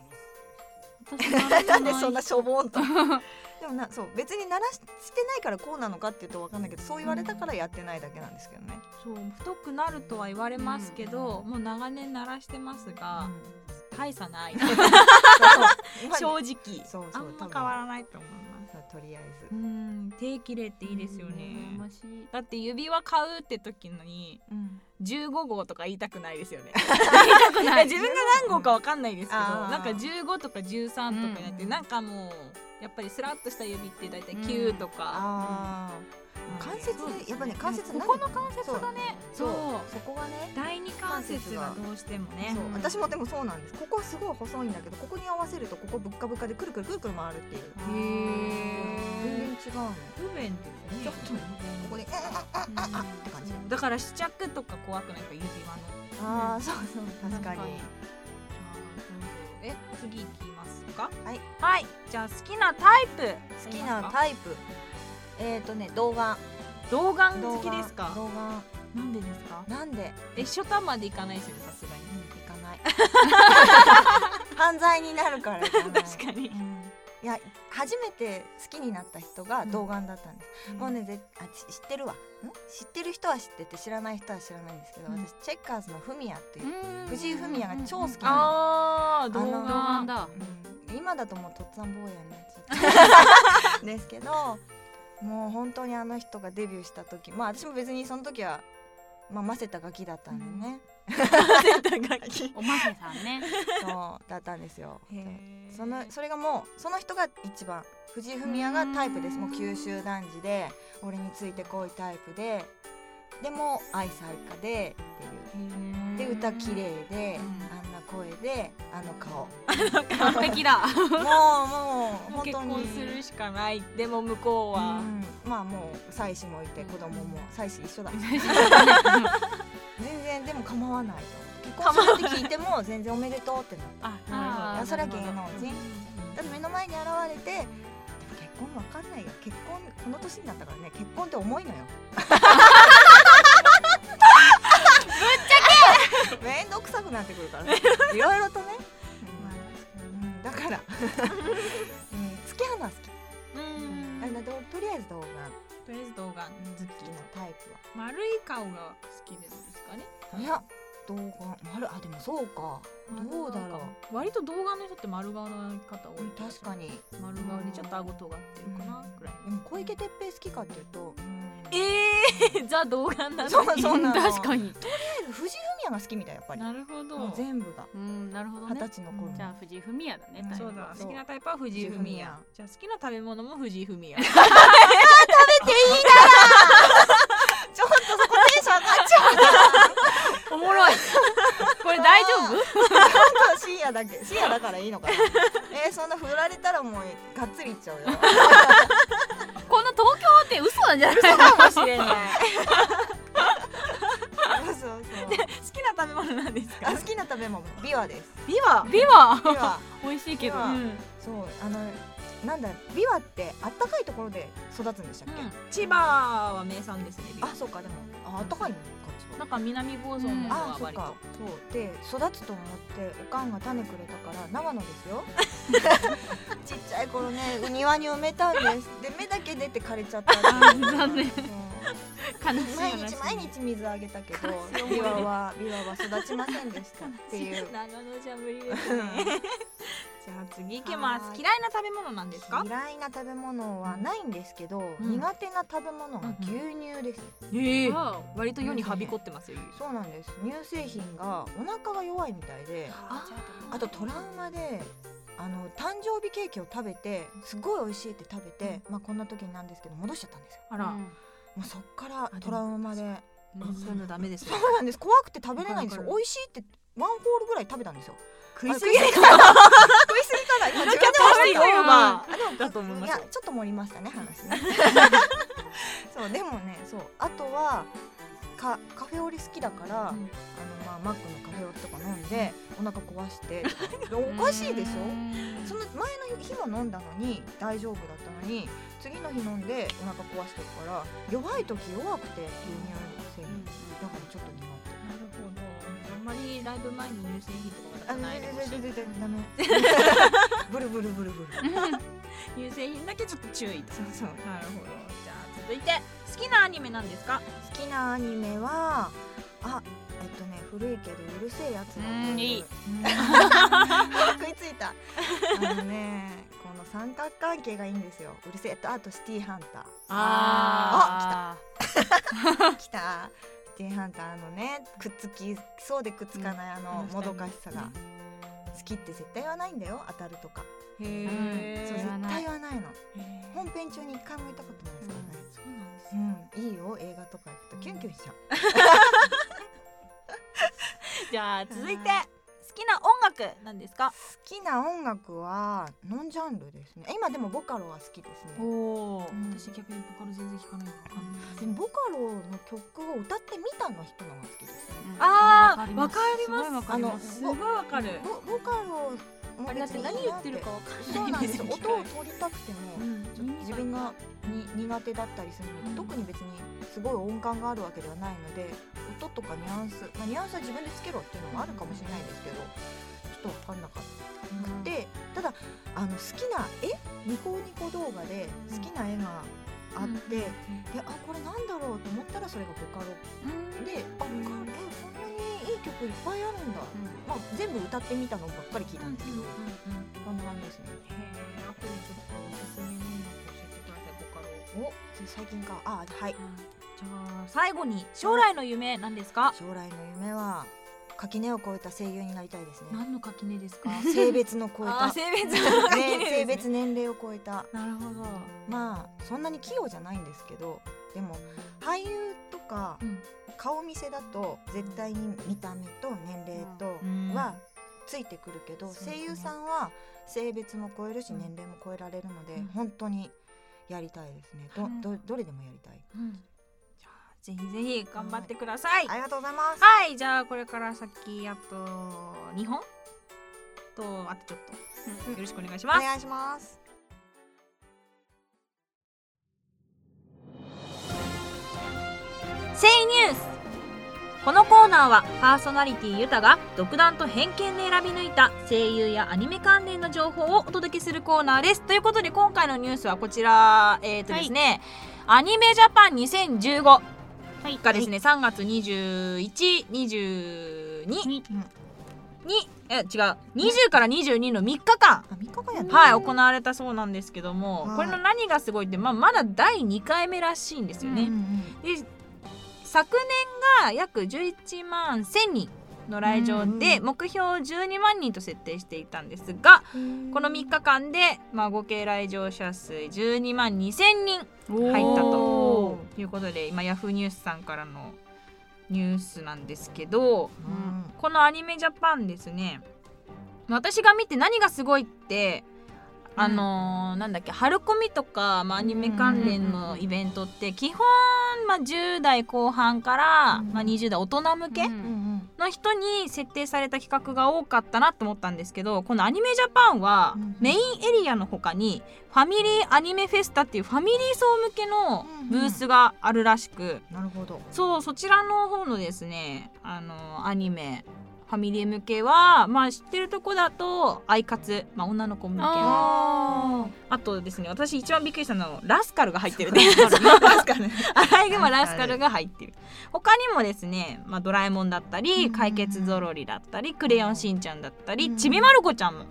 C: 私鳴らさ
B: なんでそんなしょぼんと
C: う
B: でもなそう別に鳴らしてないからこうなのかっていうと分かんないけどそう言われたからやってないだけなんですけどね、
A: そう太くなるとは言われますけど、もう長年鳴らしてますが、大差ない
B: そう
A: 正直
B: そうそう
A: あんま変わらないと思います
B: そうとりあえ
A: う
B: ず
A: ん手切れっていいですよね、
C: 羨ましい
A: だって指輪買うって時に
B: うん
A: 15号とか言いたくないですよね
C: 痛く
A: い
C: な
A: や
C: い
A: 自分が何号かわかんないですけど
B: あー
A: なんか15とか13とかやって、
B: うん
A: なんかもうやっぱりスラッとした指って大体9とか、
B: ああ関節
C: そうですね
B: やっぱね関節
C: こ
B: 何
C: この関節がね
B: そう
A: そう
B: そこがね
A: 第二関節がどうしてもね
B: そう私もでもそうなんですここはすごい細いんだけどここに合わせるとここぶっかぶかでくるくるくるくる回るっていう
A: へ
B: 全然違
A: え
B: うの
A: 不便ですね
B: ちょっとここでえああああって感じ
A: だから試着とか怖くないか指輪の
B: ああそうそう確か
C: なん
B: に
C: か
A: え次いきますか
B: はい、
A: はい、じゃあ好きなタイプ
B: 好きなタイプえっとね動画
A: 童顔好きですか
B: 動画
A: なんでですか
B: なんで
A: え初端までいかないですよねさすがに
B: 行か ない犯罪になるから行かない
A: 確かに
B: うんいや初めて好きになった人が童顔だったんです、もうねぜあし知ってるわん知ってる人は知ってて知らない人は知らないんですけど、
A: うん
B: 私チェッカーズのフミヤっていう、
C: うん
B: 藤井フミヤが超好きなの
A: ああ童
B: あ
C: 童顔
A: 顔
C: だ
B: うん今だともうとっつぁん坊やになっちゃ ったですけどもう本当にあの人がデビューした時まあ私も別にその時はまあませたガキだったんでね、
C: おませさんね
B: そうだったんですよ
A: へー
B: そのそれがもうその人が一番藤井フミヤがタイプですもう九州男児で俺についてこいタイプででも愛妻家でっていうで歌綺麗
C: う
B: で、
C: ん
B: あんな声であの顔
A: 完璧だ
B: もうもう
A: もう
B: 本
A: 結
B: 当に
A: 婚するしかないでも向こうは
B: うんまあもう妻子もいて子供も妻子一緒だ全然でも構わないと結婚するって聞いても全然おめでとうってなっ
A: あ
C: あ
B: た
C: ー
B: それは芸
C: なる
B: 能
C: ほど
B: 人だって目の前に現れてでも結婚わかんないよ結婚この年になったからね結婚って重いのよぶっちゃけ面倒くさくなってくるからねいろいろとね、うん、だ から、うん、付き合うのは好き
A: うん
B: あのどうとりあえず動画
A: とりあえず動画
B: 好きのタイプは
A: 丸い顔が好きですかね
B: いや動画あるあでもそうかどうだろ
A: う割と動画の人って丸顔の方多
B: う
A: い
B: うん確かに
A: 丸顔でちょっと顎尖ってるかな
B: うん
A: くらい
B: でも小池徹平好きかっていうと、うんとり
A: えー、ザ 動画な
B: そ
A: の
B: う
A: に
B: そうなの
C: 確かに
B: あえず藤井フミヤが好きみたいやっぱり
A: なるほど
B: もう全部が
C: うんなるほど
B: 二
C: ね
B: 十歳の頃
C: じゃあ藤井フミヤだねタイプ
A: そ
C: は
A: うだ
B: そう
A: 好きなタイプは藤井フミヤじゃあ好きな食べ物も藤井フ ミヤ
B: ちょっとそこテンション上がっちゃう
C: おもろいこれ大丈夫
B: そう深夜だけ 深夜だからいいのかなえー、そんな振られたらもうがっつりいっちゃうよ
C: この東京って嘘なんじゃない
B: かもしれない そうそうそう
A: 好きな食べ物なんです
B: あ
A: か
B: 好きな食べ物ビワです
A: ビワ
C: ビワ
B: ビワ
C: 美味しいけど
B: ビワ
A: うん、
B: そうあのなんだビワってあったかいところで育つんでしたっけ、
A: 千葉は名産ですねビワ
B: あそうかでもああったかいのか
A: な
B: なん
A: か南房総の方
B: あ
A: が
B: あそう
A: 割と、
B: かそうで育つと思っておかんが種くれたから長野ですよちっちゃい頃ね庭に埋めたんですで芽だけ出て枯れちゃったっていう
C: あー残念
B: そう
C: 悲しい
B: 毎
C: 話
B: 日毎日水あげたけど
A: 悲しい思い出
B: ビワはビワは育ちませんでしたっていう
A: 長野じゃ無理です
B: うん
A: ねじゃあ次行きます
B: はーい
A: 嫌いな食べ物なんですか
B: 嫌いな食べ物はないんですけど、
A: うん
B: 苦手な食べ物が牛乳です、
A: ええ
C: あ
A: 割と世にはびこってますよ
B: そうなんです乳製品がお腹が弱いみたいで
A: あ
B: あとトラウマであの誕生日ケーキを食べてすごい美味しいって食べて、まあ、こんな時になんですけど戻しちゃったんですよ
A: あら、
B: もうそっからトラウマで
A: うんそういうのダメですよ
B: そうなんです怖くて食べれないんですよ
A: わかるわかる
B: 美味しいってワンホールぐらい食べたんですよ
A: 食
B: 食
A: い
B: い
A: す
B: す
A: ぎだ
B: ぎだ
A: よ
B: よ
A: 食
B: 食いすぎたら今自分で
A: べ
B: も
A: よ
B: 思
A: うがだと思い
B: ったい
A: ま
B: や
A: す
B: ちょっと盛りましたね話 ねそうでもねそうあとはかカフェオレ好きだから、
A: うん
B: あのまあマックのカフェオレとか飲んでお腹壊してとかおかしいでしょその前の日も飲んだのに大丈夫だったのに次の日飲んでお腹壊してるから弱い時弱くて牛乳製品だからちょっと苦
A: な
B: 手
A: るほどあんまりライブ前に乳製品とか
B: あ
A: はないでほしい
B: 全然全然ダメ ブルブルブルブル
A: 乳製品だけちょっと注意です
B: そうそう
A: なるほどじゃあ続いて好きなアニメなんですか
B: 好きなアニメはあえっとね古いけどうるせえやつだ
C: う
B: と
C: んいい
B: いう 食いついたあのねこの三角関係がいいんですようるせえとあとシティーハンタ
C: あ
B: ー来たシティーハンターのねくっつきそうでくっつかないあの
A: うん
B: もどかしさが好きって絶対はないんだよ当たるとか
A: へ
C: え
B: そ
C: ー
B: う
A: え
B: 絶
C: 言わない
B: 対はないの
A: そう
B: 本編中に一回もいたことないですからね
A: なんです
B: うん、いいよ映画とか行くとキュンキュンしちゃう、
A: じゃあ続いて好きな音楽なんですか
B: 好きな音楽はノンジャンルですね今でもボカロは好きですね
A: おお
B: うん
A: 私逆にボカロ全然聞かないからわかんない
B: でもボカロの曲を歌ってみたの人のが好きですね
A: あー
C: わかり
A: わ
C: ま
A: かります
C: す
B: あの
A: すごいわかる
B: ボボカロも
A: あれだって何言ってるかわ
B: そ
A: か
B: うんな
A: なんい
B: ですよ音を取りたくてもちょっと自分がに苦手だったりするので、
A: うん
B: 特に別にすごい音感があるわけではないので音とかニュアンス、まあ、ニュアンスは自分でつけろっていうのもあるかもしれないですけどちょっと分かんなかったくて、ただあの好きな絵ニコニコ動画で好きな絵があって、であこれなんだろうと思ったらそれがボカロであボカロえこんなにいい曲いっぱいあるんだ、まあ、全部歌ってみたのばっかり聞いたんですけど、こんな感じですね。
A: へー、アプリちょっとおすすめの音楽教えてください、ボカロ。
B: お最近かあはい
A: じゃあ最後に将来の夢なんですか？
B: 将来の夢は垣根を越えた声優になりたいですね
A: 何の垣根ですか
B: 性別の超え
A: あ
B: た
A: ー、性別の垣根
B: ね、性別年齢を超えた
A: なるほど。
B: まあそんなに器用じゃないんですけどでも俳優とか
A: うん
B: 顔見せだと絶対に見た目と年齢と
A: うん
B: はついてくるけ
A: そ
B: ど、
A: うですね
B: 声優さんは性別も超えるし
A: うん
B: 年齢も超えられるので、
A: うん
B: 本当にやりたいですね
A: うん
B: どどどれでもやりたい
A: じゃあぜひぜひ頑張ってください。
B: あ
A: はい、
B: りがとうございます
A: じゃあこれから先あと日本とあとちょっと、
B: うん
A: よろしくお願いし
B: お
A: ます。
B: 願いします
A: セイニュースこのコーナーはパーソナリティユタが独断と偏見で選び抜いた声優やアニメ関連の情報をお届けするコーナーですということで今回のニュースはこちらえっ、とですね、アニメジャパン2015
C: はい
A: がですね、3月21、22に
C: に
A: え違う20から22の3日間
B: あ三日後やった
A: はい行われたそうなんですけども、
B: はい
A: これの何がすごいって、まあ、まだ第2回目らしいんですよね。
C: うん
A: で昨年が約11万1000人の来場で
B: う
A: 目標を12万人と設定していたんですがこの3
B: 日
A: 日間で、まあ、合計来場者数12万2000人入
C: 入
A: ったということで今ヤフーニュースさんからのニュースなんですけど
B: うん
A: このアニメジャパンですね私が見て何がすごいってあのーなんだっけ春コミとか、まあ、アニメ関連のイベントって基本、まあ、10代後半から、
B: うん
A: まあ、20代大人向け
C: うん
B: うん
A: の人に設定された企画が多かったなと思ったんですけどこのアニメジャパンは
B: うん
A: メインエリアの他にファミリーアニメフェスタっていうファミリー層向けのブースがあるらしく。
B: なるほど
A: そうそちらの方のですねあのアニメファミリー向けはまあ知ってるとこだと「アイカツ」まあ、女の子向けのあ
C: あ
A: とですね私一番びっくりしたのはラスカルが入ってるね ア ライグマラスカルが入ってる他にもですね、まあ、ドラえもんだった
B: うんうん
A: り
B: うん
A: 「解決ぞろり」だったり「クレヨンしんちゃん」だったり「ちびまる子ちゃん」も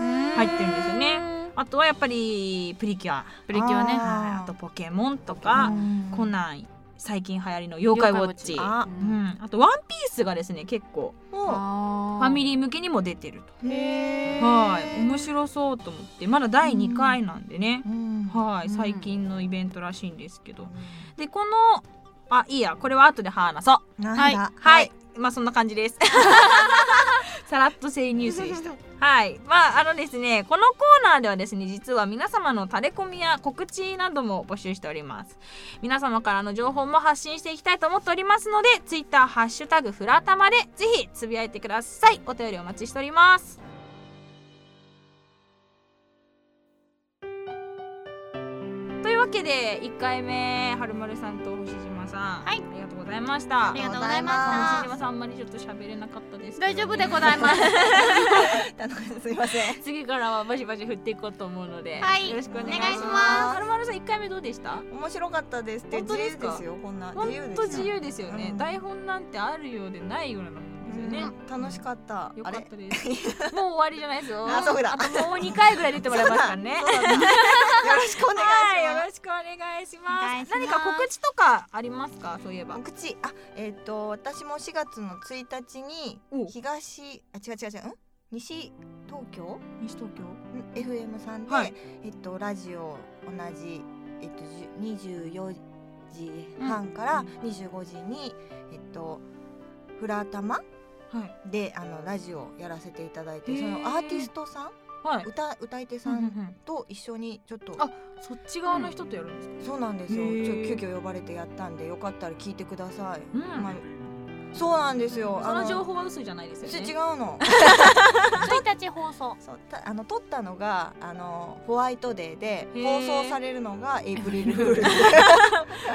A: 入ってるんですよねあとはやっぱりプリキュア
C: プリキュアね
B: あー
A: はいあとポケモンと
B: あ
A: か、コナン最近流行りの妖怪ウォッチ
C: 妖
B: 怪ウォッチあ
A: う
C: うん
A: ん、あと「ワンピースがですね結構
B: も
C: あ
A: ファミリ
C: ー
A: ー向けにも出てる
B: うへ
A: と
B: え
A: はい面白そうと思ってまだ第2回なんでね、
B: うん
A: はい
C: うん
A: 最近のイベントらしいんですけどでこのあいいやこれは後で話そう
B: なん
C: はい
B: だ
A: はい、まあそんな感じですさらっと性ニュースでした はい、まああのですね、このコーナーではですね、実は皆様のタレコミや告知なども募集しております。皆様からの情報も発信していきたいと思っておりますので、ツイッターハッシュタグフラタマでぜひつぶやいてください。お便りお待ちしております。というわけで1回目はるまるさんと星島さん、
C: はい
A: ありがとうございました。
C: ありがとうございま
A: 星
C: す
A: 島さんあんまりちょっと喋れなかったですけどね、
C: 大丈夫でございます
B: あのすいません
A: 次からはバシバシ振っていこうと思うので、
C: はい
A: よろしくお願いし
B: お願いし
A: ま。
B: ますす
A: はるまるさん一回目どうでした？
B: 面白かったですって
A: 本当
B: 自
A: で
B: 由
A: すか
B: ですよこんな
A: 本
B: 自由です
A: 当自由ですよね、
B: うん
A: 台本なんてあるようでないようなもんですよね。
B: うん楽しかった
A: よ
B: あ
A: か っ
B: れ
A: たです。もう終わりじゃないですよ。
B: あそうだ
A: あともう二回ぐらい出てもらいますからね。
B: そうだそうだよろしくお願
A: はい、よ
B: いし
A: ろしくお願いします。
C: お願いします
A: 何か告知とかありますか？そういえ
B: ま
A: ば
B: す。告知あえっと私も4月の1日に
A: お
B: 東あ違う違う違うん西東京
A: 西東京。
B: ん FM さんで、
A: はい
B: えっとラジオ同じえっとじゅ24時半から25時に、えっとフラタマ
A: はい
B: であのラジオやらせていただい
A: へ
B: て
A: ー
B: そのアーティストさん
A: はい。
B: 歌歌い手
A: うん
B: さ
A: うんうんん
B: と一緒にちょっと
A: あそっち側の人とやるんですか？
B: そうなんですよ
A: へー
B: ちょっと急遽呼ばれてやったんでよかったら聞いてください、
A: うん
B: まあそうなんですよ
A: そ
B: あ
A: の情報は嘘じゃないです
B: ち
A: よね。
B: 違う の
C: 1日放送
B: そうたあの撮ったのがあのホワイトデーで
A: へ
B: 放
A: ー
B: 送されるのがエイプリルフール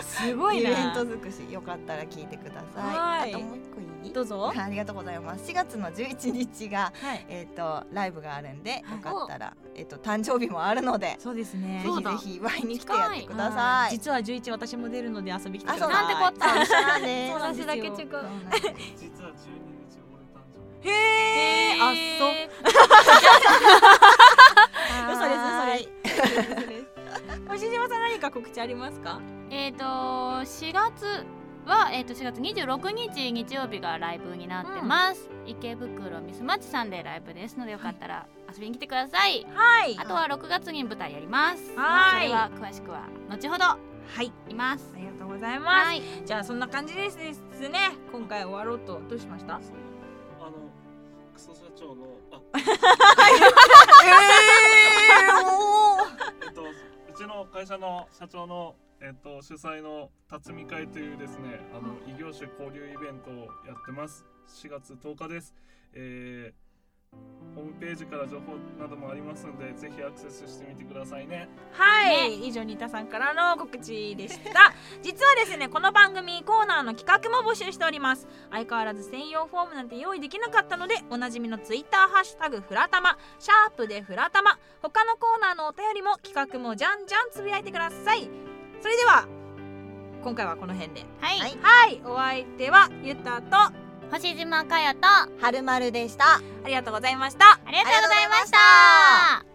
A: すごい
B: イ
A: な。
B: ベント尽くしよかったら聞いてくだ
A: は
B: さい
A: い
B: あともう一個いい
A: どうぞ。
B: ありがとうございます4月の11日が
A: はい。
B: えっ、とライブがあるんでよ
A: はい
B: かったらえっ、と誕生日もあるので
A: そうですね
B: ぜ
C: そう
B: ひ
C: だ
B: ぜひ祝いに来てやってください
A: 実は十一私も出るので遊び来て
B: あ
A: く
B: そ
A: だ
B: う
A: さい。
C: なんてこった
B: 一緒なんです
A: そうなんですよ
C: 私だけチェ
B: そう
C: ッ
B: なんです
D: 実は12日俺誕生日
A: へえあそう。嘘です嘘 です。星島さん何か告知ありますか？
C: えっ、と4月はえっ、と4月26日日曜日がライブになってます、池袋ミスマッチさんでライブですのでよかったら遊びに来てください、
A: はい
C: あとは6月に舞台やります
A: はい
C: それは詳しくは後ほど
A: はい。
C: います
A: ありがとうございます。
C: はい
A: じゃあそんな感じですですね。今回終わろうとどうしました？
D: そうあのクソ社長のあえっとうちの会社の社長のえっと主催の辰巳会というですねあの異業種交流イベントをやってます4月10日です、えーホームページから情報などもありますのでぜひアクセスしてみてくださいね
A: はい、以上新田さんからの告知でした 実はですねこの番組コーナーの企画も募集しております相変わらず専用フォームなんて用意できなかったのでおなじみのツイッターハッシュタグフラタマシャープでフラタマ他のコーナーのお便りも企画もじゃんじゃんつぶやいてくださいそれでは今回はこの辺で
C: はい、
B: はい
A: はいお相手はゆたとあ
C: 星島かよとあ
B: はるまるでした
A: りがとうございました
C: りがとうございました